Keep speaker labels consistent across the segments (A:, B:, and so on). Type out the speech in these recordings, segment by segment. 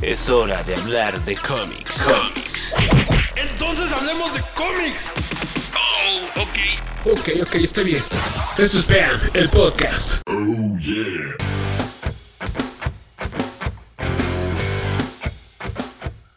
A: Es hora de hablar de cómics. Cómics.
B: Entonces hablemos de cómics.
A: Oh, ok.
B: Ok, ok, está bien. Esto es BAM, el podcast.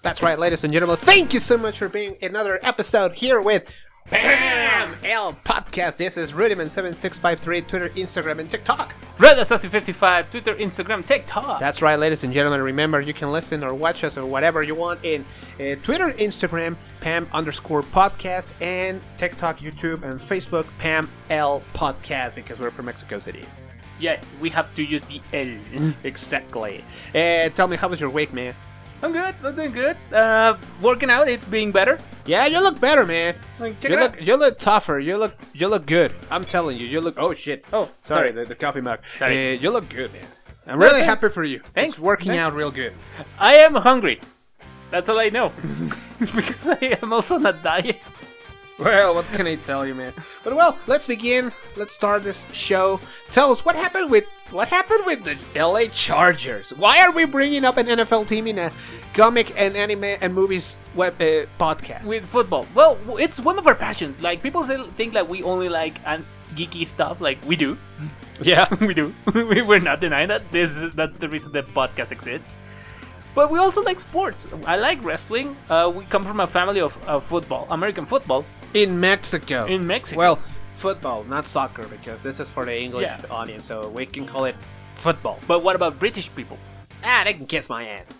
C: That's right, ladies and gentlemen. Thank you so much for being another episode here with BAM L Podcast. This is Rudiman7653, Twitter, Instagram, and TikTok.
D: Red Assassin 55, Twitter, Instagram, TikTok.
C: That's right, ladies and gentlemen. Remember, you can listen or watch us or whatever you want in uh, Twitter, Instagram, Pam underscore podcast, and TikTok, YouTube, and Facebook, Pam L Podcast, because we're from Mexico City.
D: Yes, we have to use the L.
C: Exactly. Uh, tell me, how was your week, man?
D: I'm good. I'm doing good. Uh, working out. It's being better.
C: Yeah, you look better, man.
D: Like, check
C: You
D: it
C: look,
D: out.
C: you look tougher. You look, you look good. I'm telling you, you look. Oh shit.
D: Oh,
C: sorry,
D: sorry.
C: The, the coffee mug.
D: Sorry.
C: Uh, you look good, man. I'm
D: No,
C: really
D: thanks.
C: happy for you.
D: Thanks,
C: It's working
D: thanks.
C: out real good.
D: I am hungry. That's all I know. because I am also not diet.
C: Well, what can I tell you, man? But well, let's begin. Let's start this show. Tell us what happened with what happened with the LA Chargers. Why are we bringing up an NFL team in a comic and anime and movies web uh, podcast?
D: with football. Well, w- it's one of our passions. Like people say, think like we only like an geeky stuff. Like we do,
C: yeah.
D: we do. we, we're not denying that. This is- that's the reason the podcast exists. But we also like sports. I like wrestling. Uh, we come from a family of, of football, American football.
C: In Mexico.
D: In Mexico.
C: Well, football, not soccer, because this is for the English
D: Yeah.
C: audience, so we can call it football.
D: But what about British people?
C: Ah, they can kiss my ass.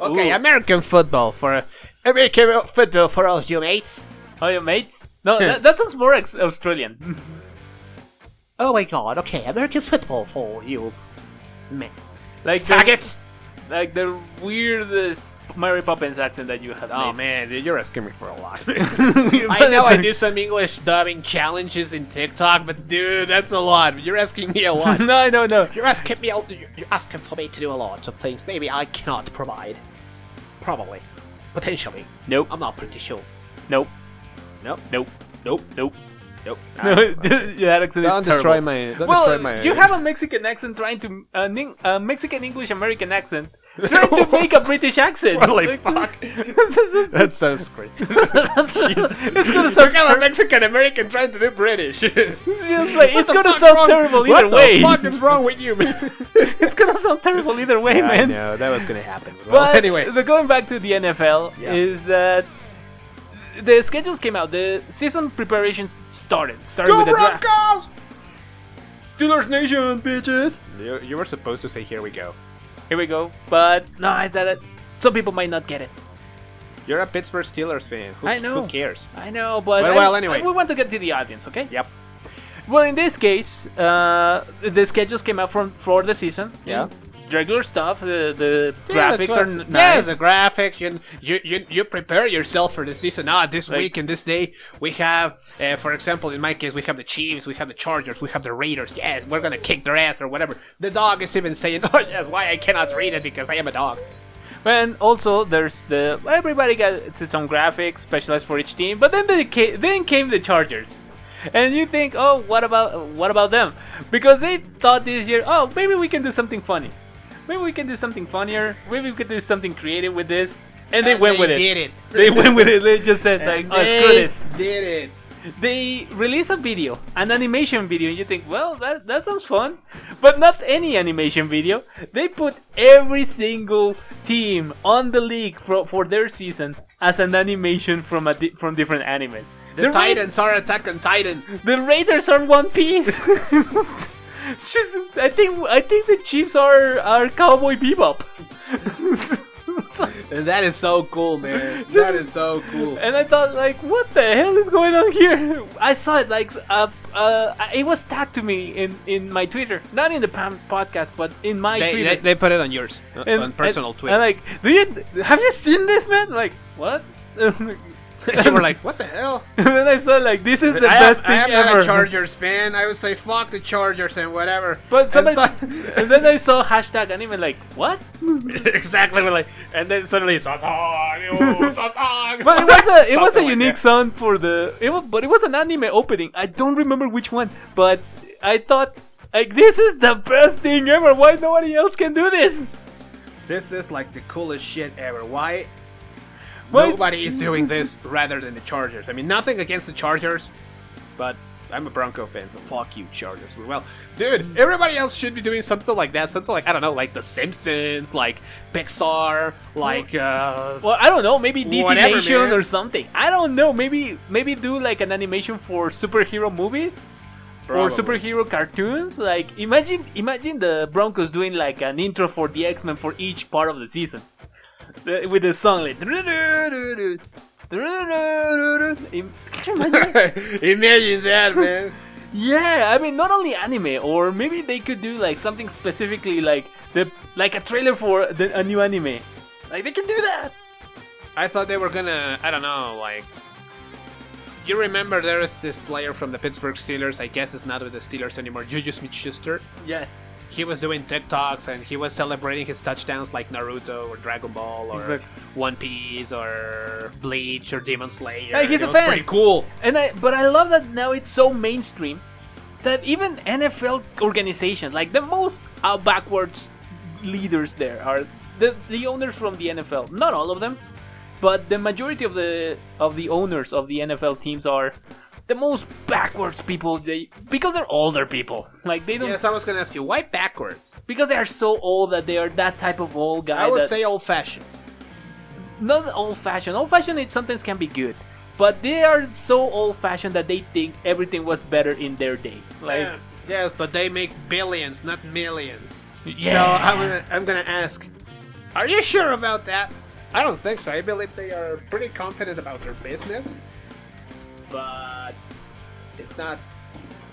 C: Okay,
D: Ooh.
C: American football for American football for all you mates.
D: Oh, your mates? No, that, that sounds more ex- Australian.
C: Oh my god, okay, American football for you ma-
D: like the-
C: faggots.
D: like the weirdest Mary Poppins accent that you have.
C: Oh
D: made.
C: man, dude, you're asking me for a lot. I
D: But
C: know I
D: it's-
C: do some English dubbing challenges in TikTok, but dude, that's a lot. You're asking me a lot.
D: no, I don't know.
C: You're asking me. You're asking for me to do a lot of things. Maybe I cannot provide. Probably, potentially.
D: Nope.
C: I'm not pretty sure.
D: Nope.
C: Nope.
D: Nope.
C: Nope.
D: Nope.
C: Nope.
D: No, that accent
C: Don't
D: is
C: destroy
D: terrible.
C: my- don't
D: well,
C: destroy my-
D: you have a Mexican accent trying to uh, ning- uh, Mexican English American accent trying to make a British accent.
C: Holy
D: Like,
C: fuck.
D: it's
C: that sounds crazy.
D: gonna
C: Look
D: sound.
C: at a Mexican American trying to do British. it's
D: It's just like it's gonna sound terrible either
C: what
D: way.
C: What the fuck is wrong with you, man?
D: It's gonna sound terrible either way, man.
C: that was gonna happen. Well,
D: But the, going back to the NFL
C: Yeah.
D: is that the schedules came out. The season preparations started. Started
C: go
D: with the draft.
C: Broncos!
D: Steelers Nation, bitches.
C: You, you were supposed to say, "Here we go."
D: Here we go. But no, is that it? Some people might not get it.
C: You're a Pittsburgh Steelers fan. Who,
D: I know.
C: Who cares?
D: I know, but
C: Well,
D: I-
C: well, anyway.
D: we want to get to the audience, okay?
C: Yep.
D: Well, in this case, uh, the schedules came out from for the season.
C: Yeah.
D: Regular stuff. uh, The, the
C: Yeah,
D: graphics
C: that's
D: are
C: what-
D: n-
C: yeah,
D: nice.
C: the graphics. You, you you you prepare yourself for the season. Ah, this
D: Like-
C: week and this day we have, uh, for example, in my case, we have the Chiefs, we have the Chargers, we have the Raiders. Yes, we're gonna kick their ass or whatever. The dog is even saying, "Oh yes, why I cannot read it because I am a dog."
D: And also, there's the everybody got its own graphics specialized for each team. But then they ca- then came the Chargers, and you think, oh, what about what about them? Because they thought this year, oh, maybe we can do something funny, maybe we can do something funnier, maybe we could do something creative with this. And they
C: And
D: went
C: they
D: with it.
C: did it.
D: They went with it. They just said like,
C: And
D: oh, screw
C: they
D: this.
C: did it.
D: They release a video, an animation video, and you think, well, that, that sounds fun. But not any animation video. They put every single team on the league for, for their season as an animation from a di- from different animes.
C: The,
D: Ra-
C: Titans are Attack on Titan.
D: the Raiders are One Piece. It's just- I think I think the Chiefs are are Cowboy Bebop. so-
C: And that is so cool, man. That is so cool.
D: and I thought, like, what the hell is going on here? I saw it, like, uh, uh, it was tagged to me in, in my Twitter, not in the Pam podcast, but in my
C: They,
D: Twitter.
C: they, they put it on yours, uh,
D: And-
C: on personal
D: and,
C: Twitter.
D: And like, do you have you seen this, man? Like, what? and
C: And you were like, what the hell?
D: then I saw like, this is the
C: I,
D: best
C: am, I
D: thing
C: am
D: ever.
C: not a Chargers fan. I would say fuck the Chargers and whatever.
D: But
C: And
D: somebody,
C: so-
D: and then I saw hashtag anime like, what?
C: exactly. We're like, and then suddenly, Sasong, oh, Sasong.
D: But it was a it was a
C: Something like
D: unique
C: that.
D: sound for the it was but it was an anime opening. I don't remember which one, but I thought like this is the best thing ever. Why nobody else can do this?
C: This is like the coolest shit ever. Why?
D: Why-
C: Nobody is doing this rather than the Chargers. I mean, nothing against the Chargers, but I'm a Bronco fan, so fuck you, Chargers. Well, dude, everybody else should be doing something like that. Something like I don't know, like The Simpsons, like Pixar, like uh,
D: Well, I don't know. Maybe DC
C: Whatever,
D: Nation
C: man.
D: or something. I don't know. Maybe maybe do like an animation for superhero movies
C: Probably.
D: or superhero cartoons. Like imagine imagine the Broncos doing like an intro for the X Men for each part of the season The- with the song like. Im- Can you imagine?
C: Imagine that, man.
D: yeah, I mean not only anime, or maybe they could do like something specifically like the like a trailer for the, a new anime. Like they can do that.
C: I thought they were gonna, I don't know, like. You remember there is this player from the Pittsburgh Steelers, I guess it's not with the Steelers anymore, Juju Smith Schuster.
D: Yes.
C: He was doing TikToks and he was celebrating his touchdowns like Naruto or Dragon Ball or
D: Exactly.
C: One Piece or Bleach or Demon Slayer.
D: Like, he's
C: It
D: a
C: was
D: fan.
C: pretty cool.
D: And I, but I love that now it's so mainstream that even NFL organizations, like the most uh, backwards leaders there, are the, the owners from the NFL. Not all of them, but the majority of the of the owners of the NFL teams are the most backwards people. They because they're older people, like they don't
C: Yes, I was gonna ask you, why backwards?
D: because they are so old that they are that type of old guy.
C: I would
D: that-
C: say old fashioned.
D: not old fashioned. Old fashioned it sometimes can be good. But they are so old fashioned that they think everything was better in their day. Like
C: Yes, but they make billions, not millions. So
D: Yeah.
C: I'm gonna, I'm gonna ask, are you sure about that? I don't think so. I believe they are pretty confident about their business, but it's not,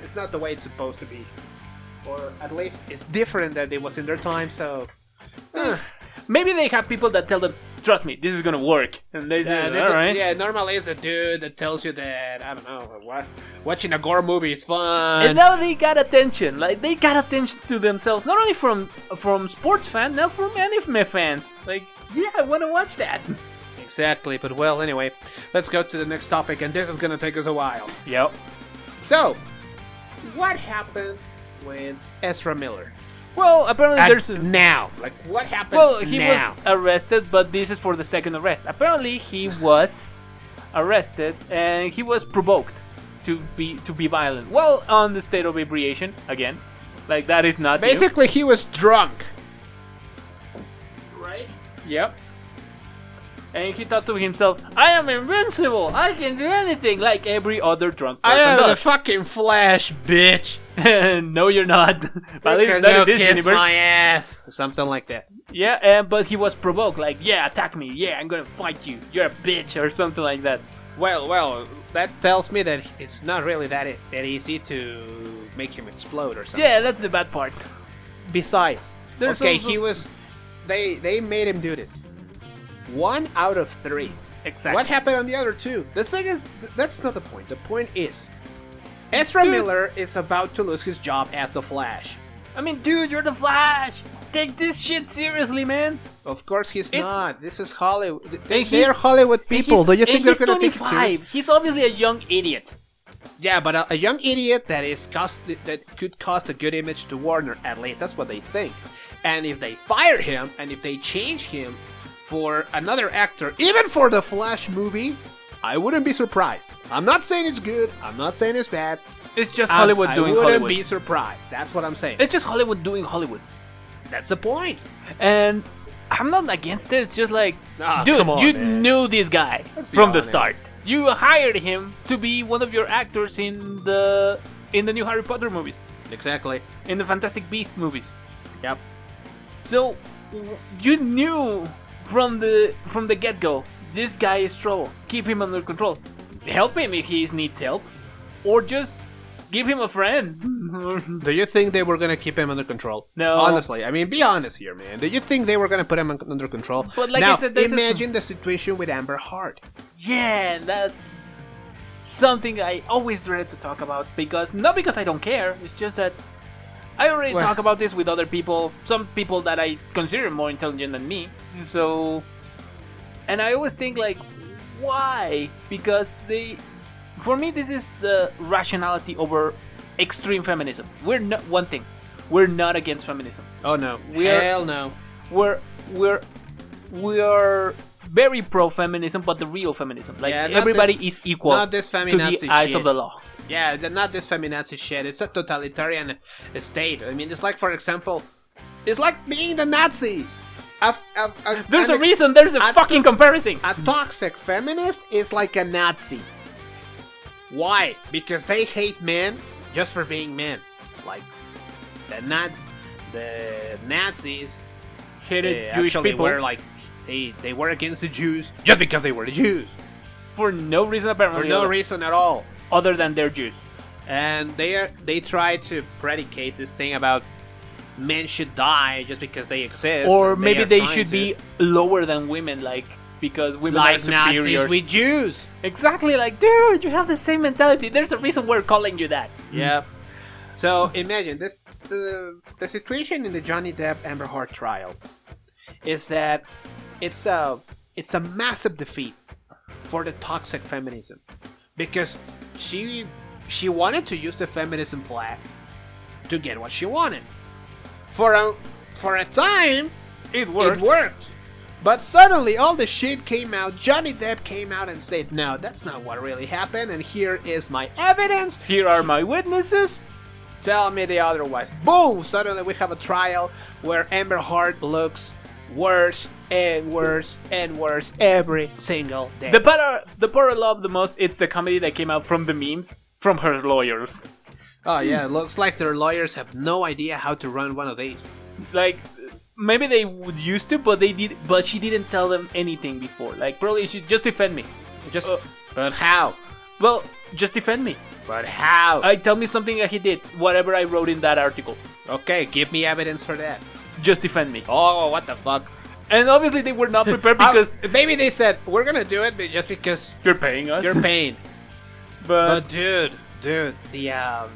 C: it's not the way it's supposed to be, or at least it's different than it was in their time. So
D: maybe they have people that tell them, "Trust me, this is gonna work," and they
C: yeah,
D: say,
C: this
D: "All
C: is-
D: right."
C: yeah, normally it's a dude that tells you that I don't know what watching a gore movie is fun.
D: And now they got attention. Like they got attention to themselves, not only from from sports fans, now from anime fans. Like, yeah, I wanna watch that.
C: exactly, but well, anyway, let's go to the next topic, and this is gonna take us a while.
D: Yep.
C: So, what happened with Ezra Miller?
D: Well, apparently there's
C: And now, like what happened
D: Well, he
C: now?
D: was arrested, but this is for the second arrest. Apparently, he was arrested and he was provoked to be to be violent. Well, on the state of inebriation again, like that is not new.
C: Basically, he was drunk.
D: Yep. And he thought to himself, "I am invincible. I can do anything like every other drunk
C: I
D: person
C: am the
D: does."
C: fucking Flash, bitch.
D: no, you're not. At
C: You
D: least
C: can
D: not
C: go
D: in this
C: kiss
D: universe.
C: my ass, something like that.
D: Yeah, and, but he was provoked. Like, yeah, attack me. Yeah, I'm gonna fight you. You're a bitch or something like that.
C: Well, well, that tells me that it's not really that e- that easy to make him explode or something.
D: Yeah, that's the bad part.
C: Besides,
D: There's
C: okay,
D: also-
C: he was. They they made him do this. One out of three.
D: Exactly.
C: What happened on the other two? The thing is, th- that's not the point. The point is, Ezra
D: Dude.
C: Miller is about to lose his job as the Flash.
D: I mean, dude, you're the Flash. Take this shit seriously, man.
C: Of course, he's
D: It-
C: not. This is Hollywood. Th- They,
D: And
C: they
D: he's-
C: are Hollywood people.
D: And
C: Do you
D: he's-
C: think
D: and
C: they're
D: he's
C: gonna take it serious?
D: 25. He's obviously a young idiot.
C: Yeah, but a, a young idiot that is cost that could cost a good image to Warner. At least that's what they think. And if they fire him, and if they change him for another actor, even for the Flash movie, I wouldn't be surprised. I'm not saying it's good. I'm not saying it's bad.
D: It's just
C: I-
D: Hollywood
C: I
D: doing
C: wouldn't
D: Hollywood.
C: be surprised. That's what I'm saying.
D: It's just Hollywood doing Hollywood.
C: That's the point.
D: And I'm not against it. It's just like,
C: Ah,
D: dude,
C: come on,
D: you
C: man.
D: knew this guy
C: Let's be
D: from
C: honest.
D: the start. You hired him to be one of your actors in the in the new Harry Potter movies,
C: Exactly.
D: in the Fantastic Beasts movies.
C: Yep.
D: So w- you knew from the from the get-go. This guy is trouble. Keep him under control. Help him if he needs help, or just give him a friend.
C: Do you think they were gonna keep him under control?
D: No.
C: Honestly, I mean, be honest here, man. Do you think they were gonna put him un- under control?
D: But like I
C: now,
D: said, this is-
C: imagine the situation with Amber Heard.
D: yeah, that's something I always dreaded to talk about because not because I don't care. It's just that I already
C: Well-
D: talk about this with other people, some people that I consider more intelligent than me. So, and I always think like, why? Because they, for me, this is the rationality over extreme feminism. We're not one thing. We're not against feminism.
C: Oh no.
D: We are-
C: Hell no.
D: we're we're we are very pro feminism, but the real feminism, like
C: Yeah, not
D: everybody
C: this-
D: is equal
C: not this
D: to the
C: feminazi
D: eyes
C: shit.
D: of the law.
C: Yeah, they're not this feminazi shit. It's a totalitarian state. I mean, it's like, for example, it's like being the Nazis. A, f- a- a-
D: There's
C: an
D: a
C: ex-
D: reason. There's a
C: I
D: fucking comparison.
C: A toxic feminist is like a Nazi. Why? Because they hate men just for being men. Like the Naz, the Nazis.
D: Hated
C: They
D: Jewish
C: actually
D: people
C: were like they they were against the Jews just because they were the Jews
D: for no reason apparently,
C: for no
D: other-
C: reason at all.
D: other than they're Jews.
C: And they are they try to predicate this thing about men should die just because they exist.
D: Or
C: and
D: maybe
C: are
D: they
C: trying
D: should
C: to-
D: be lower than women, like because women
C: like
D: are superior.
C: Nazis with Jews.
D: Exactly, like dude, you have the same mentality. There's a reason we're calling you that.
C: Yep. So imagine this: the the situation in the Johnny Depp Amber Heard trial is that it's a it's a massive defeat for the toxic feminism because she she wanted to use the feminism flag to get what she wanted for a for a time
D: It worked.
C: it worked. But suddenly all the shit came out. Johnny Depp came out and said, "No, that's not what really happened and here is my evidence."
D: Here are my witnesses.
C: Tell me the otherwise. Boom! Suddenly we have a trial where Amber Heard looks worse and worse and worse every single day.
D: The part I, the part I love the most it's the comedy that came out from the memes from her lawyers.
C: oh yeah, it looks like their lawyers have no idea how to run one of these.
D: Like maybe they would used to, but they did. But she didn't tell them anything before. Like probably she just defend me.
C: Just,
D: Uh,
C: but how?
D: Well, just defend me.
C: But how?
D: I tell me something that he did. Whatever I wrote in that article,
C: okay, give me evidence for that.
D: just defend me.
C: Oh, what the fuck?
D: And obviously they were not prepared because
C: Uh, maybe they said we're gonna do it, but just because
D: you're paying us.
C: you're paying.
D: but
C: But dude, dude, the um,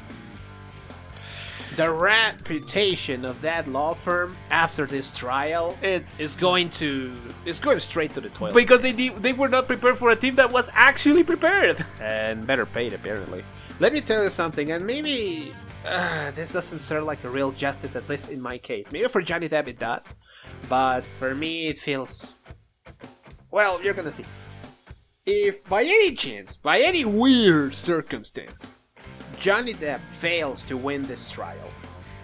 C: the reputation of that law firm after this trial
D: it's.
C: is going to is going straight to the toilet
D: because they did, they were not prepared for a team that was actually prepared.
C: and better paid apparently. Let me tell you something, and maybe uh, this doesn't serve like a real justice, at least in my case. Maybe for Johnny Depp it does, but for me it feels. Well, you're gonna see. If by any chance, by any weird circumstance, Johnny Depp fails to win this trial,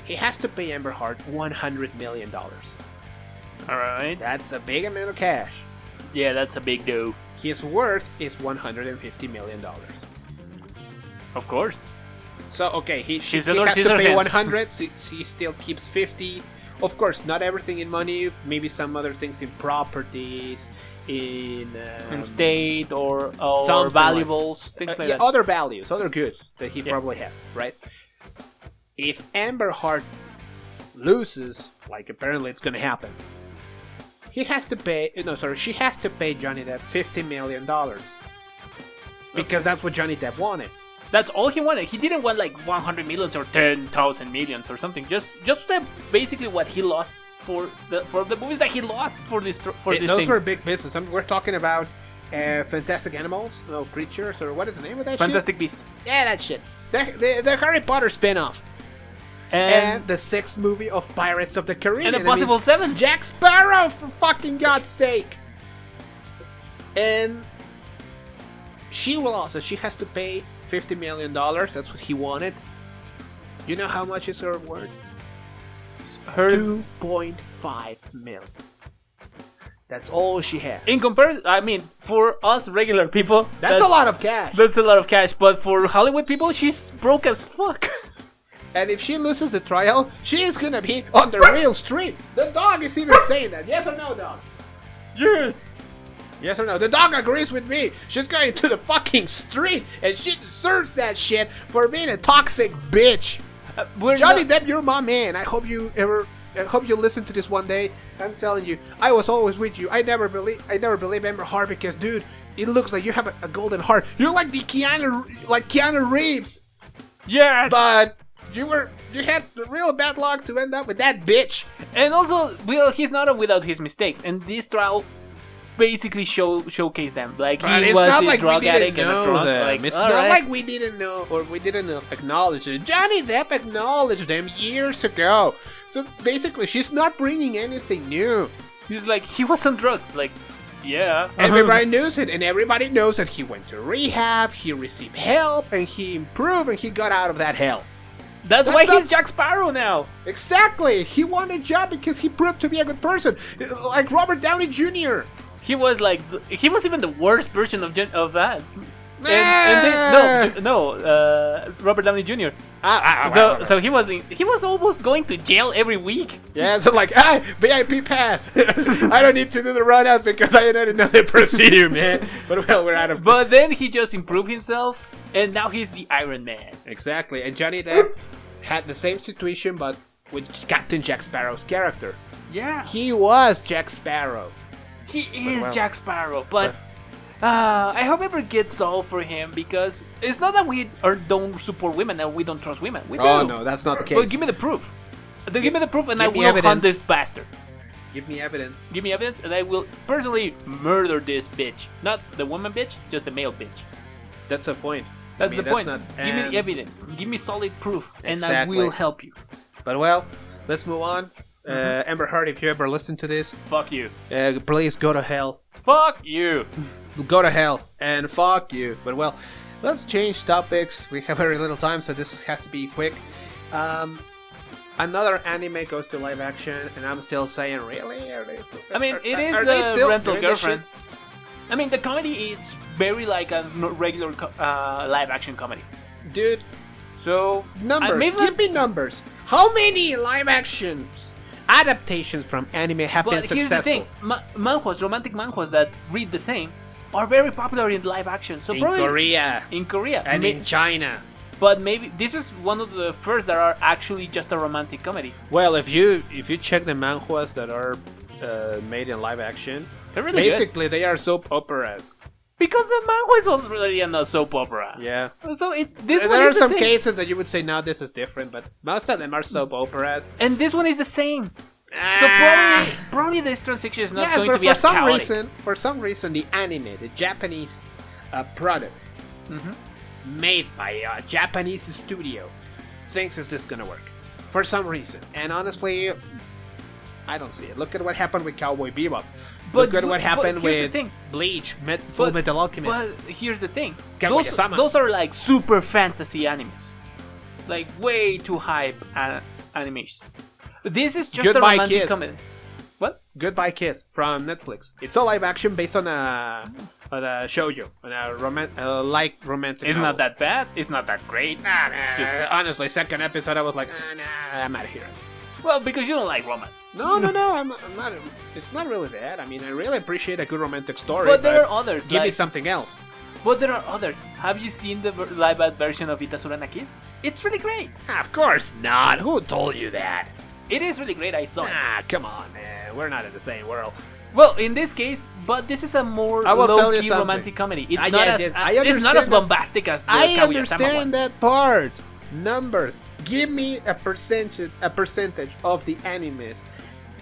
C: he has to pay Amber Heard 100 million dollars.
D: All right.
C: That's a big amount of cash.
D: Yeah, that's a big do.
C: His worth is 150 million dollars.
D: Of course.
C: So okay, he, she,
D: She's
C: he
D: a Lord
C: has to
D: Caesar
C: pay
D: fan.
C: 100. so he still keeps 50. Of course, not everything in money. Maybe some other things in properties, in, um,
D: in state or or
C: something like-
D: valuables,
C: uh,
D: things like
C: yeah,
D: that.
C: other values, other goods that he
D: Yeah.
C: probably has, right? If Amber Heart loses, like apparently it's gonna happen, he has to pay. No, sorry, she has to pay Johnny Depp 50 million dollars because that's what Johnny Depp wanted.
D: That's all he wanted. He didn't want like 100 millions or 10,000 millions or something. Just just the, basically what he lost for the for the movies that he lost for this tr- for
C: Th-
D: this
C: those
D: thing.
C: were big business. I mean, we're talking about uh, fantastic animals, no creatures, or what is the name of that
D: Fantastic Beast.
C: shit? Yeah, that shit. The, the, the Harry Potter spin-off. And,
D: And
C: the sixth movie of Pirates of the Caribbean.
D: and a possible
C: I mean,
D: seven.
C: Jack Sparrow, for fucking God's sake! And she will also, she has to pay $50 million. That's what he wanted. You know how much is her worth?
D: Her
C: 2.5 million. That's all she has.
D: in comparison, I mean, for us regular people,
C: That's, a lot of cash.
D: That's a lot of cash, but for Hollywood people, she's broke as fuck.
C: and if she loses the trial, she is gonna be on the real street. The dog is even saying that. Yes or no, dog?
D: Yes.
C: Yes or no? The dog agrees with me. She's going to the fucking street and she deserves that shit for being a toxic bitch.
D: Uh, we're
C: Johnny
D: not-
C: Depp, you're my man. I hope you ever. I hope you listen to this one day. I'm telling you, I was always with you. I never believe. I never believe Amber Heart because, dude, it looks like you have a, a golden heart. You're like the Keanu, like Keanu Reeves,
D: Yes.
C: but you were you had the real bad luck to end up with that bitch.
D: and also, well, he's not without his mistakes, and this trial basically show showcased them. Like
C: But
D: he
C: it's
D: was
C: not
D: a
C: like we
D: drug
C: didn't
D: addict and a
C: know
D: drunk.
C: them.
D: Like,
C: It's
D: all
C: not
D: right.
C: like we didn't know or we didn't acknowledge it. Johnny Depp acknowledged them years ago. So basically, she's not bringing anything new.
D: he's like he was on drugs. Like, yeah.
C: Everybody knows it, and everybody knows that he went to rehab, he received help, and he improved, and he got out of that hell.
D: That's,
C: That's
D: why
C: not-
D: he's Jack Sparrow now.
C: Exactly! He won a job because he proved to be a good person, like Robert Downey Jr.
D: He was like th- he was even the worst version of Gen- of that. And,
C: Ah.
D: and then, no, J- no, uh, Robert Downey Jr.
C: Ah, ah, ah, ah,
D: So
C: ah.
D: so he was in, he was almost going to jail every week.
C: yeah, so like, ah, VIP pass. I don't need to do the run out because I don't know the procedure, man. But well, we're out of.
D: But then he just improved himself, and now he's the Iron Man.
C: exactly, and Johnny Depp had the same situation, but with Captain Jack Sparrow's character.
D: Yeah,
C: He was Jack Sparrow.
D: he is
C: well-
D: Jack Sparrow. But uh, I hope ever gets solved for him because it's not that we are, don't support women and we don't trust women. We
C: Oh
D: do.
C: no, that's not the case.
D: But give me the proof. Then give me the proof, and I
C: Give me
D: will hunt
C: evidence.
D: this bastard.
C: give me evidence.
D: Give me evidence, and I will personally murder this bitch. Not the woman bitch, just the male bitch.
C: That's the point.
D: That's
C: I mean,
D: the point.
C: not-
D: Give me
C: and-
D: the evidence. Give me solid proof, and
C: Exactly.
D: I will help you.
C: But well, let's move on.
D: Mm-hmm.
C: Uh, Amber Heard, if you ever listen to this,
D: Fuck you.
C: uh, please go to hell.
D: Fuck you.
C: Go to hell and fuck you. But well, let's change topics. We have very little time, so this has to be quick. Um, another anime goes to live action, and I'm still saying, really? Are they still,
D: I mean,
C: are-
D: it
C: are-
D: is
C: are they
D: the
C: still
D: rental
C: doing this shit?
D: girlfriend. I mean, the comedy is very like a n- regular co- uh, live action comedy.
C: dudude.
D: So
C: Numbers.
D: I mean,
C: give me numbers. How many live actions adaptations from anime have
D: But
C: been
D: here's
C: successful?
D: the thing: ma- manhwas, romantic manhwas that read the same, are very popular in live action. So
C: In
D: probably
C: Korea
D: in Korea,
C: and
D: ma-
C: in China.
D: but maybe this is one of the first that are actually just a romantic comedy.
C: Well, if you if you check the manhwas that are uh, made in live action,
D: They're really good.
C: basically they are soap operas.
D: because the manhwa is also really a soap opera.
C: Yeah.
D: So it this one
C: there are
D: is the
C: some
D: same.
C: cases that you would say now this is different, but most of them are soap operas.
D: and this one is the same. So
C: Ah.
D: probably, probably this transition is not
C: yeah,
D: going
C: but
D: to be
C: for
D: as
C: some
D: chaotic.
C: reason, for some reason, the anime, the Japanese uh, product
D: Mm-hmm.
C: made by a Japanese studio, thinks is this gonna work for some reason. And honestly, I don't see it. Look at what happened with Cowboy Bebop.
D: But
C: Look at
D: w-
C: what
D: but
C: happened
D: here's the
C: with
D: thing.
C: Bleach, Met- Full Metal Alchemist.
D: But here's the thing:
C: Kaguya
D: those,
C: sama.
D: those are like super fantasy animes, like way too hype an- animations. This is just
C: Goodbye,
D: a romantic
C: Kiss.
D: comedy. What?
C: Goodbye Kiss from Netflix. It's a live action based on a on a shoujo, on a roman- uh, like romantic.
D: It's
C: novel.
D: not that bad. It's not that great.
C: Nah, nah, honestly, second episode, I was like, ah, nah, I'm out of here.
D: Well, because you don't like romance.
C: No, no, no, I'm, I'm not. It's not really bad. I mean, I really appreciate a good romantic story.
D: But there are others,
C: Give me
D: like-
C: something else.
D: But there are others. Have you seen the ver- live ad version of Itasura na Kiss? It's really great.
C: Ah, of course not. Who told you that?
D: It is really great. I saw it.
C: Ah, come on, man. We're not in the same world.
D: Well, in this case, but this is a more
C: I will tell you
D: low-key
C: something.
D: romantic comedy. It's
C: Ah,
D: not
C: yes,
D: as
C: yes,
D: uh,
C: I
D: it's not as
C: understand that.
D: bombastic as the
C: I
D: Kaguya-sama one.
C: understand that part. Numbers. Give me a percentage, a percentage of the animes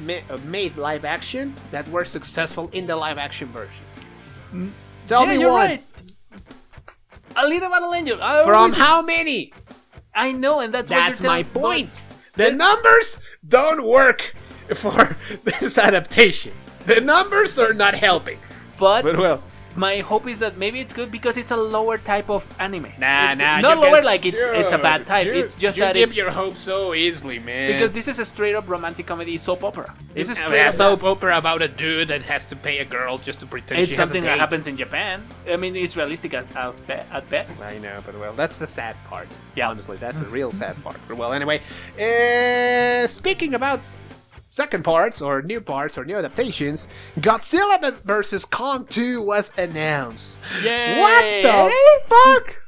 C: ma- uh, made live action that were successful in the live action version. Tell
D: Mm. yeah,
C: me
D: you're
C: one.
D: right. A little battle angel. I
C: From
D: already-
C: how many?
D: I know, and that's what
C: That's
D: you're
C: my
D: telling-
C: point.
D: The-
C: The numbers don't work for this adaptation. The numbers are not helping.
D: But,
C: But well,
D: my hope is that maybe it's good because it's a lower type of anime.
C: nah,
D: It's
C: nah.
D: Not
C: you
D: lower,
C: can-
D: like it's it's a bad type.
C: You-
D: It's just
C: you
D: that
C: give
D: it's
C: your hope so easily, man.
D: because this is a straight up romantic comedy soap opera. This is
C: I
D: straight
C: mean, a
D: up
C: soap opera about a dude that has to pay a girl just to pretend
D: It's
C: she
D: something
C: has a
D: that
C: date.
D: happens in Japan. I mean, it's realistic at at, be- at best.
C: I know, but well, that's the sad part.
D: Yeah.
C: honestly, that's the real sad part. But well, anyway, uh, speaking eh, about second parts or new parts or new adaptations, Godzilla vs. Kong 2 was announced.
D: Yay!
C: What the fuck?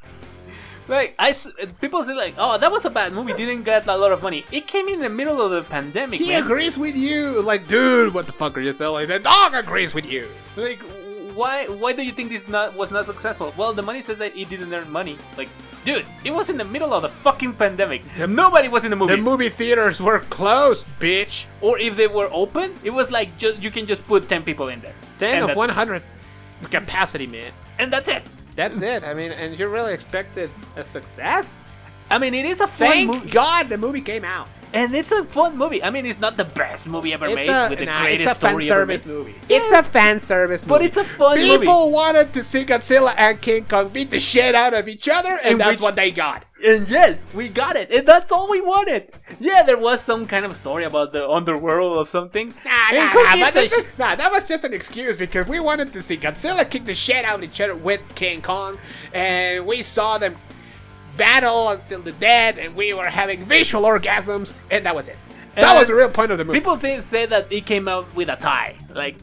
D: Like I, s- people say like, oh, that was a bad movie. Didn't get a lot of money. It came in the middle of the pandemic.
C: He
D: man.
C: agrees with you. Like, dude, what the fuck are you telling? The dog agrees with you.
D: Like, why? Why do you think this not was not successful? Well, the money says that it didn't earn money. Like, dude, it was in the middle of the fucking pandemic. Nobody was in the
C: The
D: movies.
C: movie theaters were closed, bitch.
D: or if they were open, it was like just you can just put ten people in there.
C: 10
D: and
C: of
D: that's-
C: 100 capacity, man.
D: and that's it.
C: That's it. I mean, and you really expected a success?
D: I mean, it is a fun
C: Thank
D: movie,
C: God the movie came out.
D: and it's a fun movie. I mean, it's not the best movie ever
C: It's
D: made
C: a,
D: with the
C: nah, it's
D: greatest
C: a fan
D: story ever made.
C: service movie. It's a fan service movie.
D: But it's a fun
C: People
D: movie.
C: wanted to see Godzilla and King Kong beat the shit out of each other, and
D: In
C: that's
D: which-
C: what they got.
D: And yes, we got it, and that's all we wanted. Yeah, there was some kind of story about the underworld or something.
C: Nah,
D: And
C: nah, nah,
D: Koji
C: but
D: says
C: that- nah, that was just an excuse because we wanted to see Godzilla kick the shit out of each other with King Kong, and we saw them battle until the dead, and we were having visual orgasms, and that was it. That
D: And
C: was the real point of the movie.
D: Uh, People think, say that it came out with a tie. Like,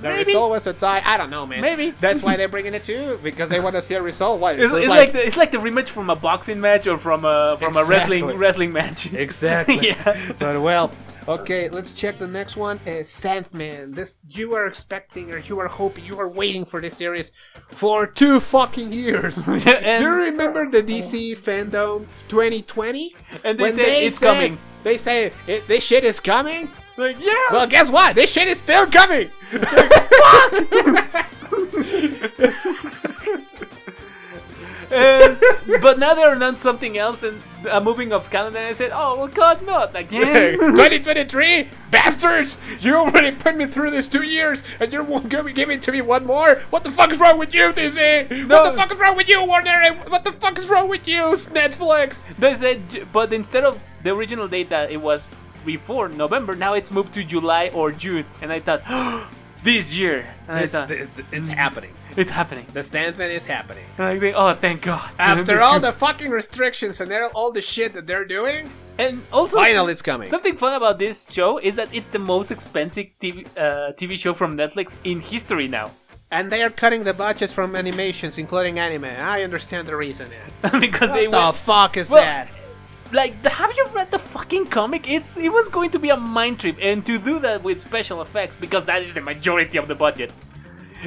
C: The
D: maybe
C: result was a tie. I don't know, man.
D: Maybe.
C: that's why they're bringing it to you because they want to see a result. What?
D: it's, it's like, the, it's like the rematch from a boxing match or from a from a
C: Exactly.
D: wrestling wrestling match.
C: Exactly.
D: yeah.
C: But well, okay, let's check the next one. Uh, Sandman. This you were expecting, or you were hoping, you were waiting for this series for two fucking years. Do you
D: and,
C: remember the DC fandom 2020?
D: And they said, "It's coming."
C: They said it, this shit is coming.
D: like, yeah.
C: Well, guess what? This shit is still coming.
D: and- but now they announced something else and a moving of calendar. And I said, oh well, God, not again.
C: 2023, bastards! You already put me through this two years, and you're one- giving giving to me one more. What the fuck is wrong with you, Disney? What
D: No.
C: the fuck is wrong with you, Warner? And What the fuck is wrong with you, Netflix?
D: they said, "J- but instead of the original date that it was before November, now it's moved to July or June. And I thought, this year. And I thought,
C: it's happening.
D: it's happening.
C: The Sandman is happening.
D: And I think, oh, thank God.
C: After all the fucking restrictions and all the shit that they're doing,
D: and also,
C: Finally, it's coming.
D: Something fun about this show is that it's the most expensive TV, uh, TV show from Netflix in history now.
C: and they are cutting the budgets from animations, including anime. I understand the reason. Man.
D: because they
C: What the
D: went-
C: fuck is
D: Well,
C: that?
D: like, th- have you read the fucking comic? It's it was going to be a mind trip, and to do that with special effects because that is the majority of the budget.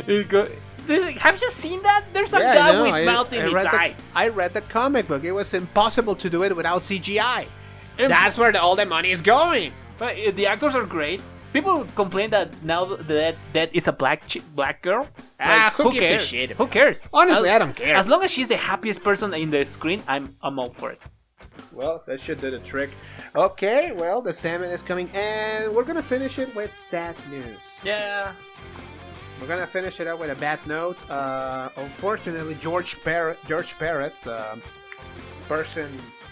D: It go- Dude, have you seen that? There's a guy
C: no,
D: with mouth in his
C: read the,
D: eyes.
C: I read the comic book. It was impossible to do it without CGI.
D: And-
C: That's where the, all the money is going.
D: But uh, the actors are great. People complain that now that that is a black ch- black girl.
C: Ah,
D: Like,
C: who gives a
D: cares?
C: shit?
D: Who cares?
C: Honestly,
D: As-
C: I don't care.
D: As long as she's the happiest person in the screen, I'm I'm all for it.
C: Well, that should do the trick. Okay, well, the salmon is coming, and we're gonna finish it with sad news.
D: Yeah.
C: We're gonna finish it up with a bad note. Uh, unfortunately, George Per George Perez, um person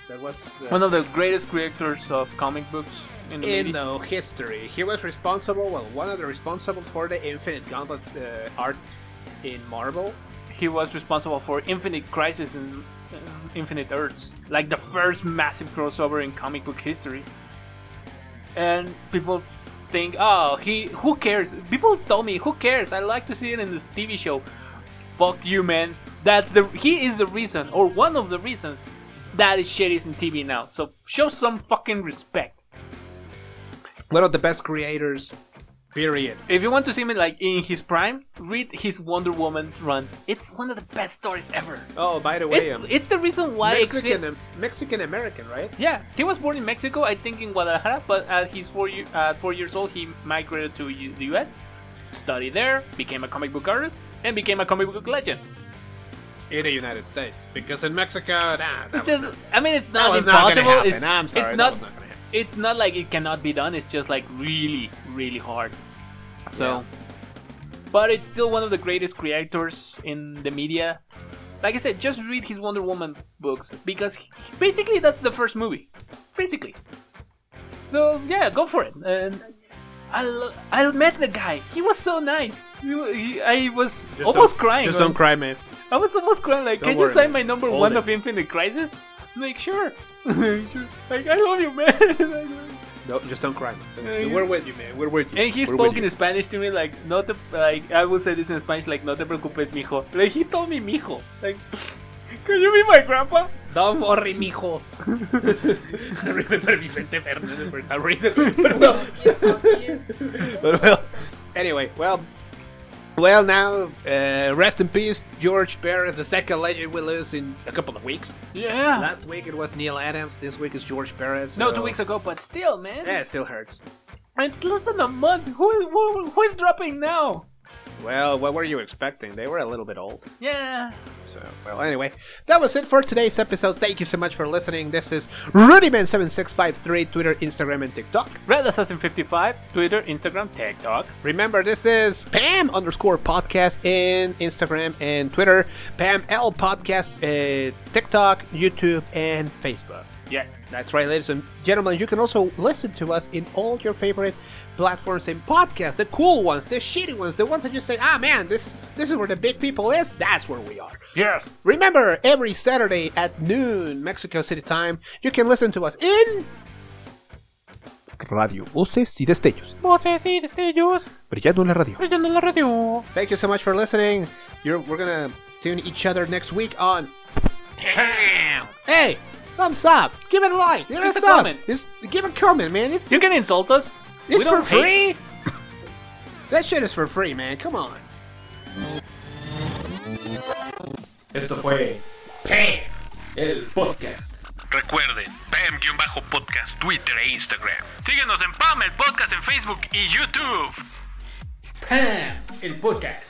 C: that was uh,
D: One of the greatest creators of comic books in the
C: in
D: media.
C: uh, history. He was responsible, well, one of the responsible for the Infinite Gauntlet uh, art in Marvel.
D: he was responsible for Infinite Crisis and uh, Infinite Earths, like the first massive crossover in comic book history. And people think, oh, he, who cares? People told me, who cares? I like to see it in this TV show. Fuck you, man. That's the he is the reason, or one of the reasons, that is shit is in TV now. So show some fucking respect.
C: One of the best creators, period.
D: If you want to see him like in his prime, read his Wonder Woman run. It's one of the best stories ever.
C: Oh, by the way,
D: It's,
C: um,
D: it's the reason why it exists.
C: Mexican, Mexican American, right?
D: Yeah, he was born in Mexico, I think in Guadalajara, but at his four, ye- uh, four years old, he migrated to U- the US, studied there, became a comic book artist, and became a comic book legend.
C: In the United States, because in Mexico, nah, that
D: It's
C: was
D: just,
C: not-
D: I mean, it's
C: that
D: not
C: was not gonna
D: impossible.
C: happen.
D: it's,
C: I'm sorry,
D: it's
C: that
D: not,
C: was not gonna happen.
D: It's not like it cannot be done. It's just like really, really hard. So, but it's still one of the greatest creators in the media. Like I said, just read his Wonder Woman books because he- basically that's the first movie, basically. So yeah, go for it. And I, lo- I met the guy. He was so nice. He, wa- he, I was almost crying.
C: Just
D: when-
C: don't cry, man.
D: I was almost crying. Like,
C: Don't
D: can
C: worry,
D: you sign
C: man.
D: my number
C: Hold
D: one
C: it.
D: of Infinite Crisis? I'm like, sure. sure. Like, I love you, man. I love you.
C: Don't, just don't cry. We're with you, man. We're with you.
D: And he
C: We're
D: spoke
C: with you.
D: in Spanish to me like, no te, like I will say this in Spanish like, no te preocupes, mijo. Like he told me, mijo. Like, can you be my grandpa?
C: Don't worry, mijo. I remember Vicente Fernandez for some reason. But well, but well. Anyway, well, well now, uh, rest in peace, George Perez, the second legend we lose in a couple of weeks.
D: Yeah.
C: Last week it was Neil Adams. This week is George Perez.
D: no,
C: so-
D: two weeks ago, but still, man.
C: Yeah, it still hurts.
D: It's less than a month. Who, who who's dropping now?
C: Well, what were you expecting? They were a little bit old.
D: Yeah.
C: So, well, anyway, that was it for today's episode. Thank you so much for listening. This is Rudyman7653, Twitter, Instagram, and TikTok.
D: Red Assassin 55, Twitter, Instagram, TikTok.
C: Remember, this is Pam underscore podcast in Instagram and Twitter, Pam L podcast, uh, TikTok, YouTube, and Facebook.
D: Yes.
C: That's right, ladies and gentlemen. You can also listen to us in all your favorite platforms and podcasts. The cool ones, the shitty ones, the ones that you say, "Ah, man, this is this is where the big people is." That's where we are.
D: Yes.
C: Remember, every Saturday at noon Mexico City time, you can listen to us in Radio Voces y Destellos,
D: Voces y destellos,
C: brillando en la radio.
D: brillando la radio.
C: Thank you so much for listening. You're, we're gonna tune each other next week on. Hey, thumbs up! Give it a like! Give,
D: Give
C: it
D: a
C: a sub!
D: comment.
C: It's- give a comment, man. It's,
D: You can insult us. We
C: it's for
D: don't hate-
C: free. that shit is for free, man. Come on.
E: Esto fue PAM, el podcast.
B: Recuerden, Pam-podcast, Twitter e Instagram.
D: Síguenos en PAM, el podcast en Facebook y YouTube.
E: PAM, el podcast.